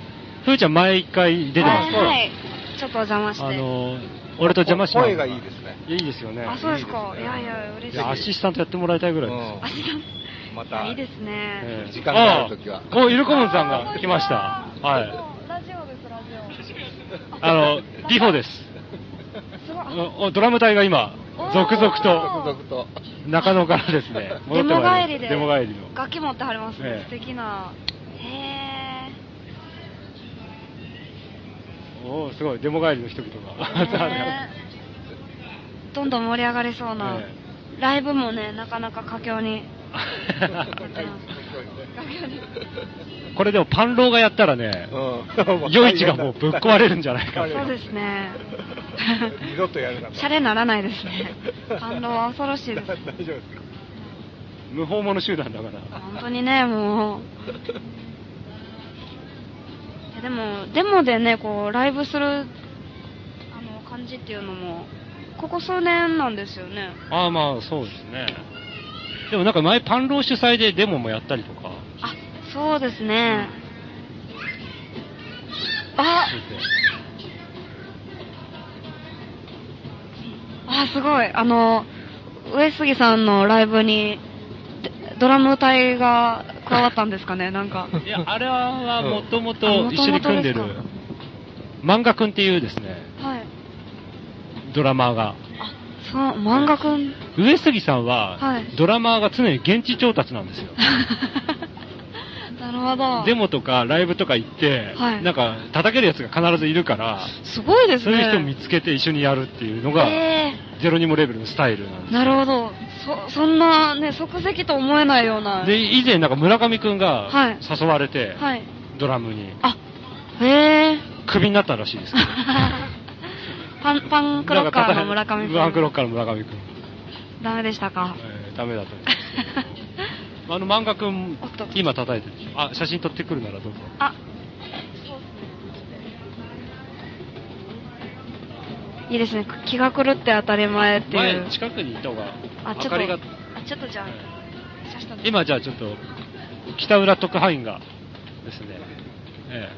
ふーちゃん毎回出てます
はい、はい。ちょっとお邪魔して。
あの俺と邪魔しない
声がいいですね。
いやいいですよね
あそうですかいやいや嬉しい
いやアシスタントやってもらいたいぐらいです、
うん
あ違う
また
いやいいですね。。
ええ
時間がある時は
あこうイルコムンさんが来ましたはい
ラジオです、ラジオ。
いあの D4 です
すごいあ。
おおドラム隊が今続々
お
と
続々と。
中野からですね戻
デ
って
モ
まい
帰りで。
デモ帰りの
楽器持ってはりますね。
ええ
素敵な。へ
おおすごいデモ帰りの人々 が、
え。ねえどんどん盛り上がりそうな。
え
ライブもね、なかなか佳境に。
これでもパンローがやったらね、
うん
夜市がもうぶっ壊れるんじゃないか
ぶっ壊れ
そうで
る。
すね
二度とやるなと
シャレならないです ね。反応は恐ろしいです
大。丈夫ですか
無法者集団だから
本当にね、もう。いやでも、デモでね、こう、ライブする、あの、感じっていうのも、ここ数年なんですよね。
ああまあそうですねでもなんか前パンロー主催でデモもやったりと か
あ、そうですね。あ
して、て
あ、すごい。あの、上杉さんのライブに、でドラム隊が加わったんですかね、なん か。
いや、あれはもとも
うん
と
あ
一緒に組んでる
元々で、
漫画くんっていうですね、
はい。
ドラマーが。
あ、そう、漫画くん。
上杉さん
は、
はいドラマーが常に現地調達なんですよ。
なるほど。
デモとかライブとか行って、
はい
なんか叩けるやつが必ずいるから、
すごいです
そう
ね。
いう人を見つけて一緒にやるっていうのが、
え
ゼロニモレベルのスタイルなん
え
です。
なるほど。そ、そんなね、即席と思えないような。
で、以前なんか村上くんが
はい
誘われて、
はい。
ドラムに、
あ、へえ。
クビになったらしいですけ ど。
パン、パンクロッカーの村上
ワンクロッ
君。
カーの村上くん。
ダメでしたか。
えーダメだと思いますけど。あの漫画くん
おっと、
今叩いてるでしょあ、写真撮ってくるならどうぞ。
あ、いいですね。気が狂って当たり前ってい
前
う。
近くに行った方が明
あ、ちょっと、
かりが
あちょっとじゃあ、写真撮って
今じゃあちょっと北浦特派員がですね、ええ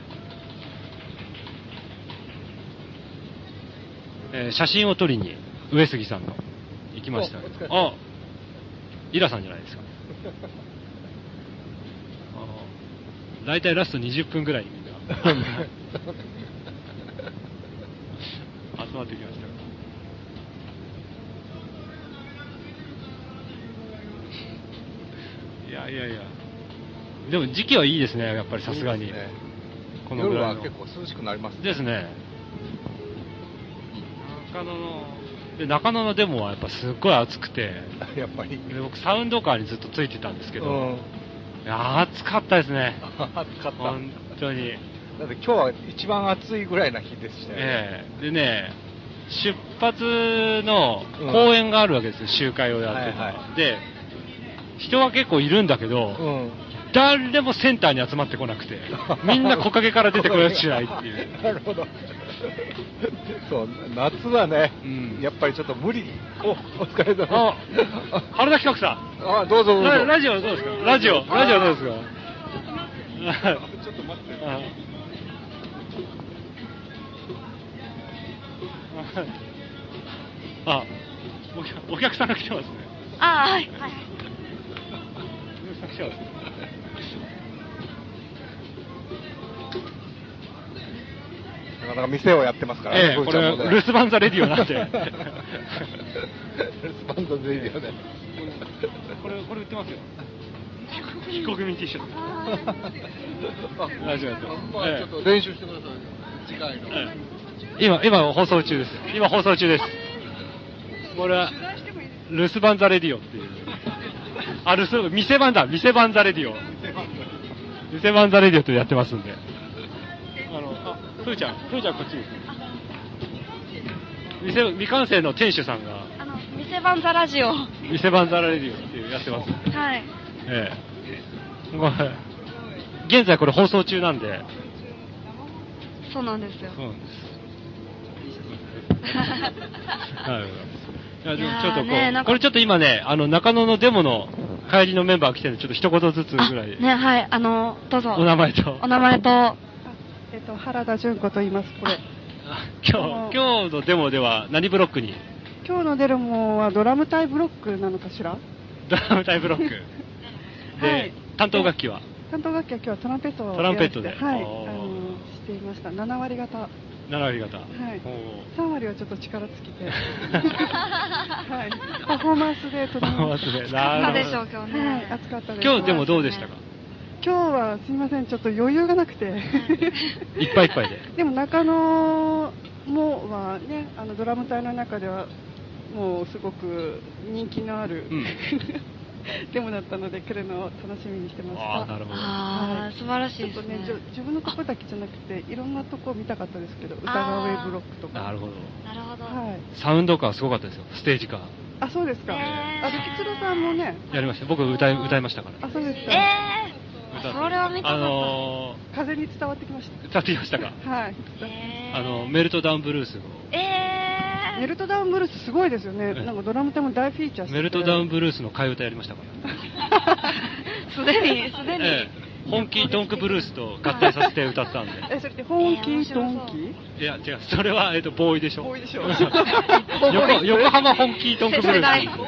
えー写真を撮りに上杉さんの行きましたけど
おお
あイラさんじゃない ですかあの大体ラスト20分ぐらいにみん な 集まってきましたよいやいやいやでも時期はいいですねやっぱりさすが
い
に
いですね
このぐ
夜
らい
は
の
結構涼しくなりますね。
ですね中野ので中野のデモはやっぱすっごい暑くて
やっぱり。
で僕サウンドカーにずっとついてたんですけど、
うん。
いや暑かったですね
暑かった。
本当に
だって今日は一番暑いぐらいな日でしたよね。
ええでね、出発の公演があるわけですよ、集会をやってる、
はいは
で、人は結構いるんだけど、
うん。
誰もセンターに集まってこな くて、みんな木陰から出てこようとしないってい
な
う。
るほど。そう、夏はね、
うん
やっぱりちょっと無理。お、お疲れ様です。
あ、原田企画さん。
あ、どうぞどうぞ。
ララジオどうですかラジオ、ラジオどうですか
ちょっと待って。
ああ、お客お客さんが来てますね。
あー、はい、はい。
なかなか店をやってますから、
ええ
ゴーちゃんも
これ留守番ザレディオなんで
留守番ザレディオで。
これ、これ売ってますよ。非国民 T シャツ。 ラジオやってます
まあちょっと練習してくださいよ。次回の。
今、今放送中です。今放送中です。これは、留守番ザレディオっていう。あ、留守、店番だ、店番ザレディオ。店番ザレディオってやってますんで。あの、あ、ふーちゃん、ふーちゃんこっちですね。店、未完成の店主さんが、
あの、店番ザラジオ。は
店番ザラレディオっていうやってます。
い。
ええ。これ現在これ放送中なんで。
そうなんですよ。
そうなんです。はい。いや、でもちょっとこ
いやーねな
う、
んか
これちょっと今ね、あの、中野のデモの帰りのメンバー来てるんで、ちょっと一言ずつぐらい、
あね、はい、あの、どうぞ。
お名前と。
お名前と、
えっと、原田純子と言います、これ。
今日、今日のデモでは何ブロックに
今日のデルモはドラム対ブロックなのかしら
ドラム対ブロック。で、
はい
担当楽器は
担当楽器は今日はトランペットを
トランペットで
やらせてはい、あ
おー
のしていました7割方
7割方。
はい
お
3割はちょっと力尽き て、
ー
はい、パフォーマンスでとて
パフォーマ
も
ンスで
あった
なる
で
ほ
しょう、
ど
今日
はい、
ね。
暑かったです
今日でもどうでしたか
今日はすみませんちょっと余裕がなくて
いっぱいいっぱいで。
でも中野もはねあのドラム隊の中ではもうすごく人気のある、
うん
デモだった ので来るのを楽しみにしてました
ああ、なるほど。
あー、素晴らし
ちょ
い
っ
で
と
す
ね
ね
じ。ょ自分のとこだけじゃなくていろんなとこ見たかったですけど歌川ウェイブロックとか
なるほど。
なるほど。
はい、
サウンドカーすごかったですよ、ステージカー。
あそうですか、
ねえ
あ時鶴さんもね
やりました。僕歌い、歌いましたから。
あそうですか、
え
歌っ
ー、
て
それは見たか
あ
った。
の
風に伝わってきまし
ー、歌ってきましたか
たはい、
えー
あの、メルトダウンブルースの、
えー、
メルトダウンブルースすごいですよね、
ええ
なんかドラム隊も大フィーチャーしてて
メルトダウ ンブルースの替え歌やりましたか
すでに、 すで
ら。
に。
ええ、本気ドンクブルースと合体させて歌ったん
え
で。
それって本
ええ面
気
白そう
ドンキ
いや、違う、それは、えっと、ボーイでしょ。
ボー イでしょ
横横浜本気ドンクブル
世代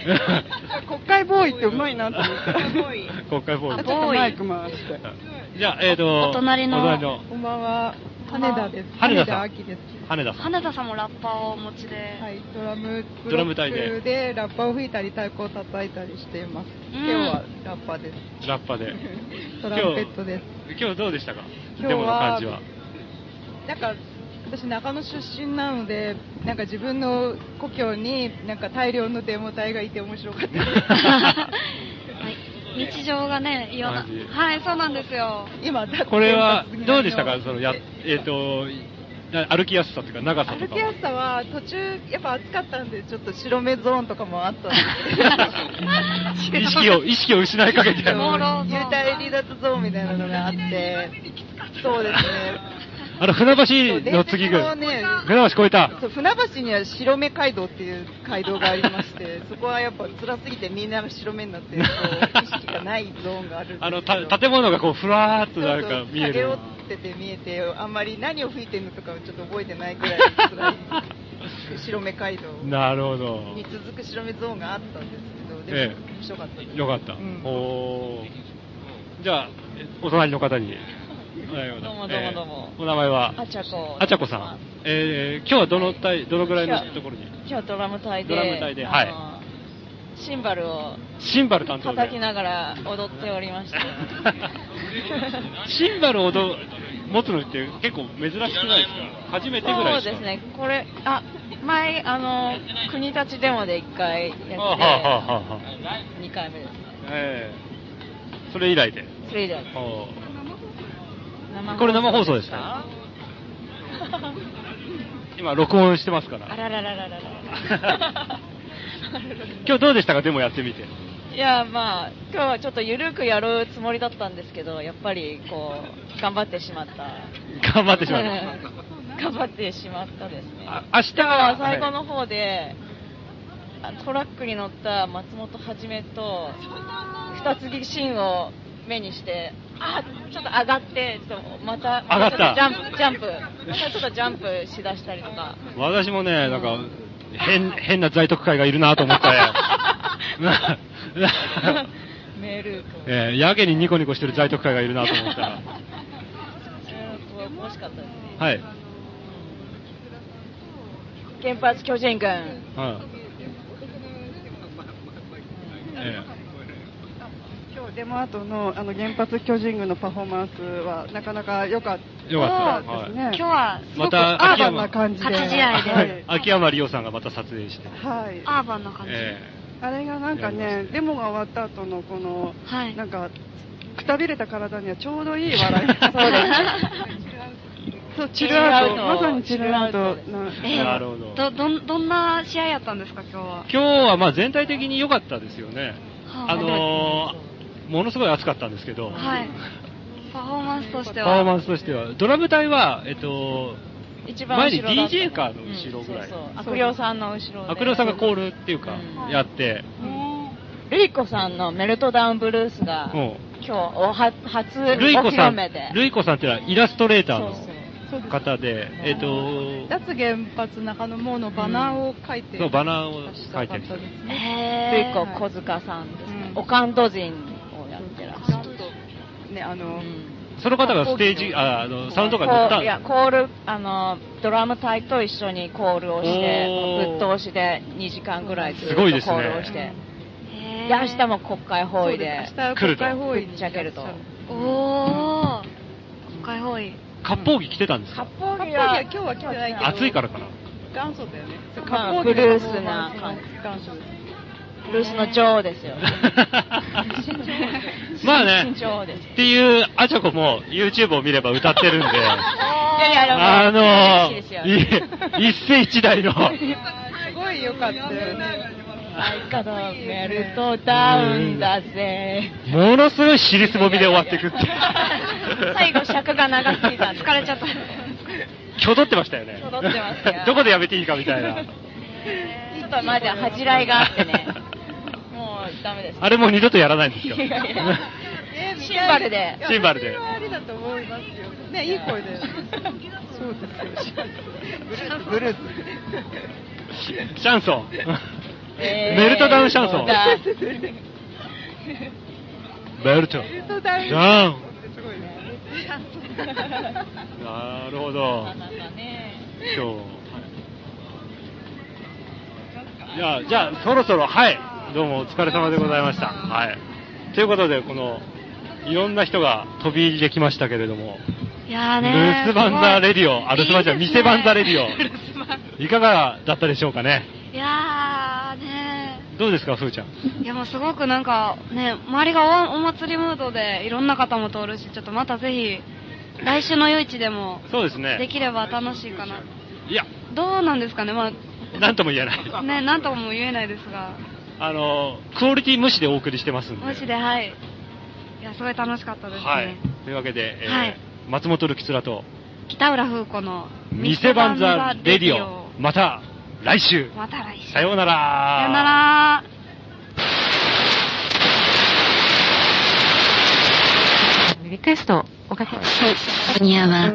ー
あ国会ボーイってうまいなと思って
ス。国会 ボ
あ
ーイ
ちょっとマイク回して
じゃあ、えっと、
お隣の
お隣の
こんばんは、羽田です。
羽田さん
亜紀です。
羽田さん。
花田さんもラッパーをお持ちで。
はい、ドラム、
ドラム隊で
ブロックでラッパを吹いたり、太鼓を叩いたりしています。
うん
今日はラッパです。
ラッパで。
トランペットです。
今日どうでしたか
今
デ
日
モ
は
の感じは。
なんか、私、中野出身なので、なんか自分の故郷に、なんか大量のデモ隊がいて面白かったです。
はい日常がね、いろんな
マジ。
はい、そうなんですよ。
今、だって
これは
原発に、
どうでしたか
何を
その、や、えっと、な歩きやすさというか、長さと
歩
か
き
は。
やすさは途中やっぱ暑かったんでちょっと白目ゾーンとかもあったんで
意識を、意識を失いかけて
幽
る。
朦朧ゾーン
体離脱ゾーンみたいなのがあって、そうですね、
あの、船橋の次ぐ
そう
らい。
伝説のね
船橋超えた。
そう船橋には白目街道っていう街道がありまして そこはやっぱ辛すぎてみんなが白目になってこ う意識がないゾーンがあるんですけど
あの、た建物がこう、ふわーっとなん
そう
か
そう
見え
影
る
を。ってて見えてあんまり何を吹いてるのとかはちょっと覚えてないくらい辛い白目街道
なるほど。
に続く白目ゾーンがあったんですけどでも、
ええ
面白かったです
よかった。
うん
おーじゃあ、えお隣の方に。ど
どうもどうもどうも
お名前は
あちゃこ
あちゃこさん。えー、今日はどの隊、どのぐらいの
今日は
ところに
今日ドラム隊で
ドラム隊ではい
あのシンバルを
シンバル担当で。
叩きながら踊っておりました
シンバルをど持つのって結構珍しくないですか 初めてぐらい
そう
か
ですねこれあ前あの国立デモで1回やって
あはあはあはあ
2回目です
ええそれ以来で。
それ以来
おー
生
これ生放送です
か
か今、録音してますか
あ
ら。
らららららら
今日どうでしたかでもやってみて。
いやまあ今日はちょっと緩くやるつもりだったんですけどやっぱりこう頑張ってしまった
頑張ってしまいました。
た 頑張ってしまったですね
あ明日
今
は
は最後の方で、あトラックに乗った松本はじめと二つぎシーンを目にしてあちょっと上がってちょっとまた
上がった
ちょっとジャンプジャンプまたちょっとジャンプしだしたり とか
私もね、なんか、変、変な在特会がいるなと思った よ。 なな
メールと
えーやけにニコニコしてる在特会がいるなと思 ったら。
惜しかったですね
はい。
原発巨人軍
はいえ
今日デモ後のあの原発巨人軍のパフォーマンスはなかなか良かっ
えよかった。
たですね。
はい
今日は
また
アー
秋
バン
山
な感じで。
勝ち試合で
はい秋山里夫さんがまた撮影して。
はい。
アーバンな感じ。
え
あれがなんか
やりま
ね、デモが終わった後のこの、
はい
なんか、くたびれた体にはちょうどいい笑い。そう、チルアウト。
チルアウ
ま
ト
さにチルアウト
チル
な。
ええ
なるほど
ど、ん、どんな試合やったんですか、今日は
え。今日はまあ全体的に良かったですよね。
は
あのー、ものすごい暑かったんですけど。
はい。パフォーマンスとして
パ
は。
フォーマンスとしては、ドラム隊は、えっと、
一番後ろだった
前に DJ カーの後ろぐらい
うんそうそう悪霊さんの後ろで
悪霊さんがコールっていうか
う、ん
やって、
ルイコさんのメルトダウンブルースが、
うん
今日おは初お
ルイ
披
コさ
露
ん
目で、、
ルイコさんっていうのはイラストレーター
そう
そう
の方で、えっと、
脱原発中野ものバナーを書いて、
のバナーを書いてる
出したかったですね
へ
ル
ー
イコ小塚さんですね、
うん
オカンド人をやってらっしゃる、
ねあの、
その方がステージ、ああの、サウンドが乗っ
こ
た
ういや
ん
コールあのドラム隊と一緒にコールをして
おー
ぶっ通しで2時間ぐらいず
す
っとコ
ごいですね
ールをして、
へー
で明日も国会
そ
法
う
医
で
です
明日国会法
ぶ
院
っ
に
ちゃけると
おー。国会包囲。
割烹着着てたんですか
割烹
割烹着
着は
は
今日は来てないけど
暑いからか な。
元祖だよね
まあ
割烹着の
ブルースな感じ
元祖です
ブルースの女 王ですよ
まあね
身長です
っていう、あちょこも YouTube を見れば歌ってるんで、
いやいや
あ
でも
の
嬉しいですよ
い一世一代 の、
すごい良かったよね
相方はメルトダウンだぜ。
ものすごい尻すぼみで終わっていくって。
最後尺が長すぎた。疲れちゃった。
きょどってましたよね。
きょどってましたよ
どこでやめていいかみたいな。
ちょっとまだ恥じらいがあってね。もうダメです。
あれもう二度とやらないんですよ。
いやいや
え
シンバルで
いや
シンバルで
それはありだと思いますよねいい声だよ そうですよ
ブルー ス。
シャンソン。
えー
メルトダウンシャンソン。
だ
メルト。
ルトダウン
ダウン
すごいね
なるほど。
なんかね
今日。いや、じゃあ、そろそろ、はい。どうもお疲れ様でございました。はい。ということで、この、いろんな人が飛び入りできましたけれども、
いやー
ル
ね
ースバンザーレディ
す
オ、
ごい
あ、ルースバンじゃない、
いいです
店
ね
バンザーレディ
ルースバン
オ、いかがだったでしょうかね。
いやーね
どうですか、ふーちゃん。
いやもうすごくなんかね、周りがおお祭りムードでいろんな方も通るし、ちょっとまたぜひ、来週の夜市でも、
そうですね。
できれば楽しいかな。
いや、
どうなんですかね、ま
なんとも言えない。
あ、ね、なんとも言えないですが、
あの、クオリティ無視でお送りしてますんで。
もしで、はい。いや、すごい楽しかったですね。
はい。というわけで、えー
はい
松本るきつらと、
北浦風子の
店番座レディオ。また来週。
また来週。
さようなら。
さようなら。
リクエスト、おかけ。はい。ニアは、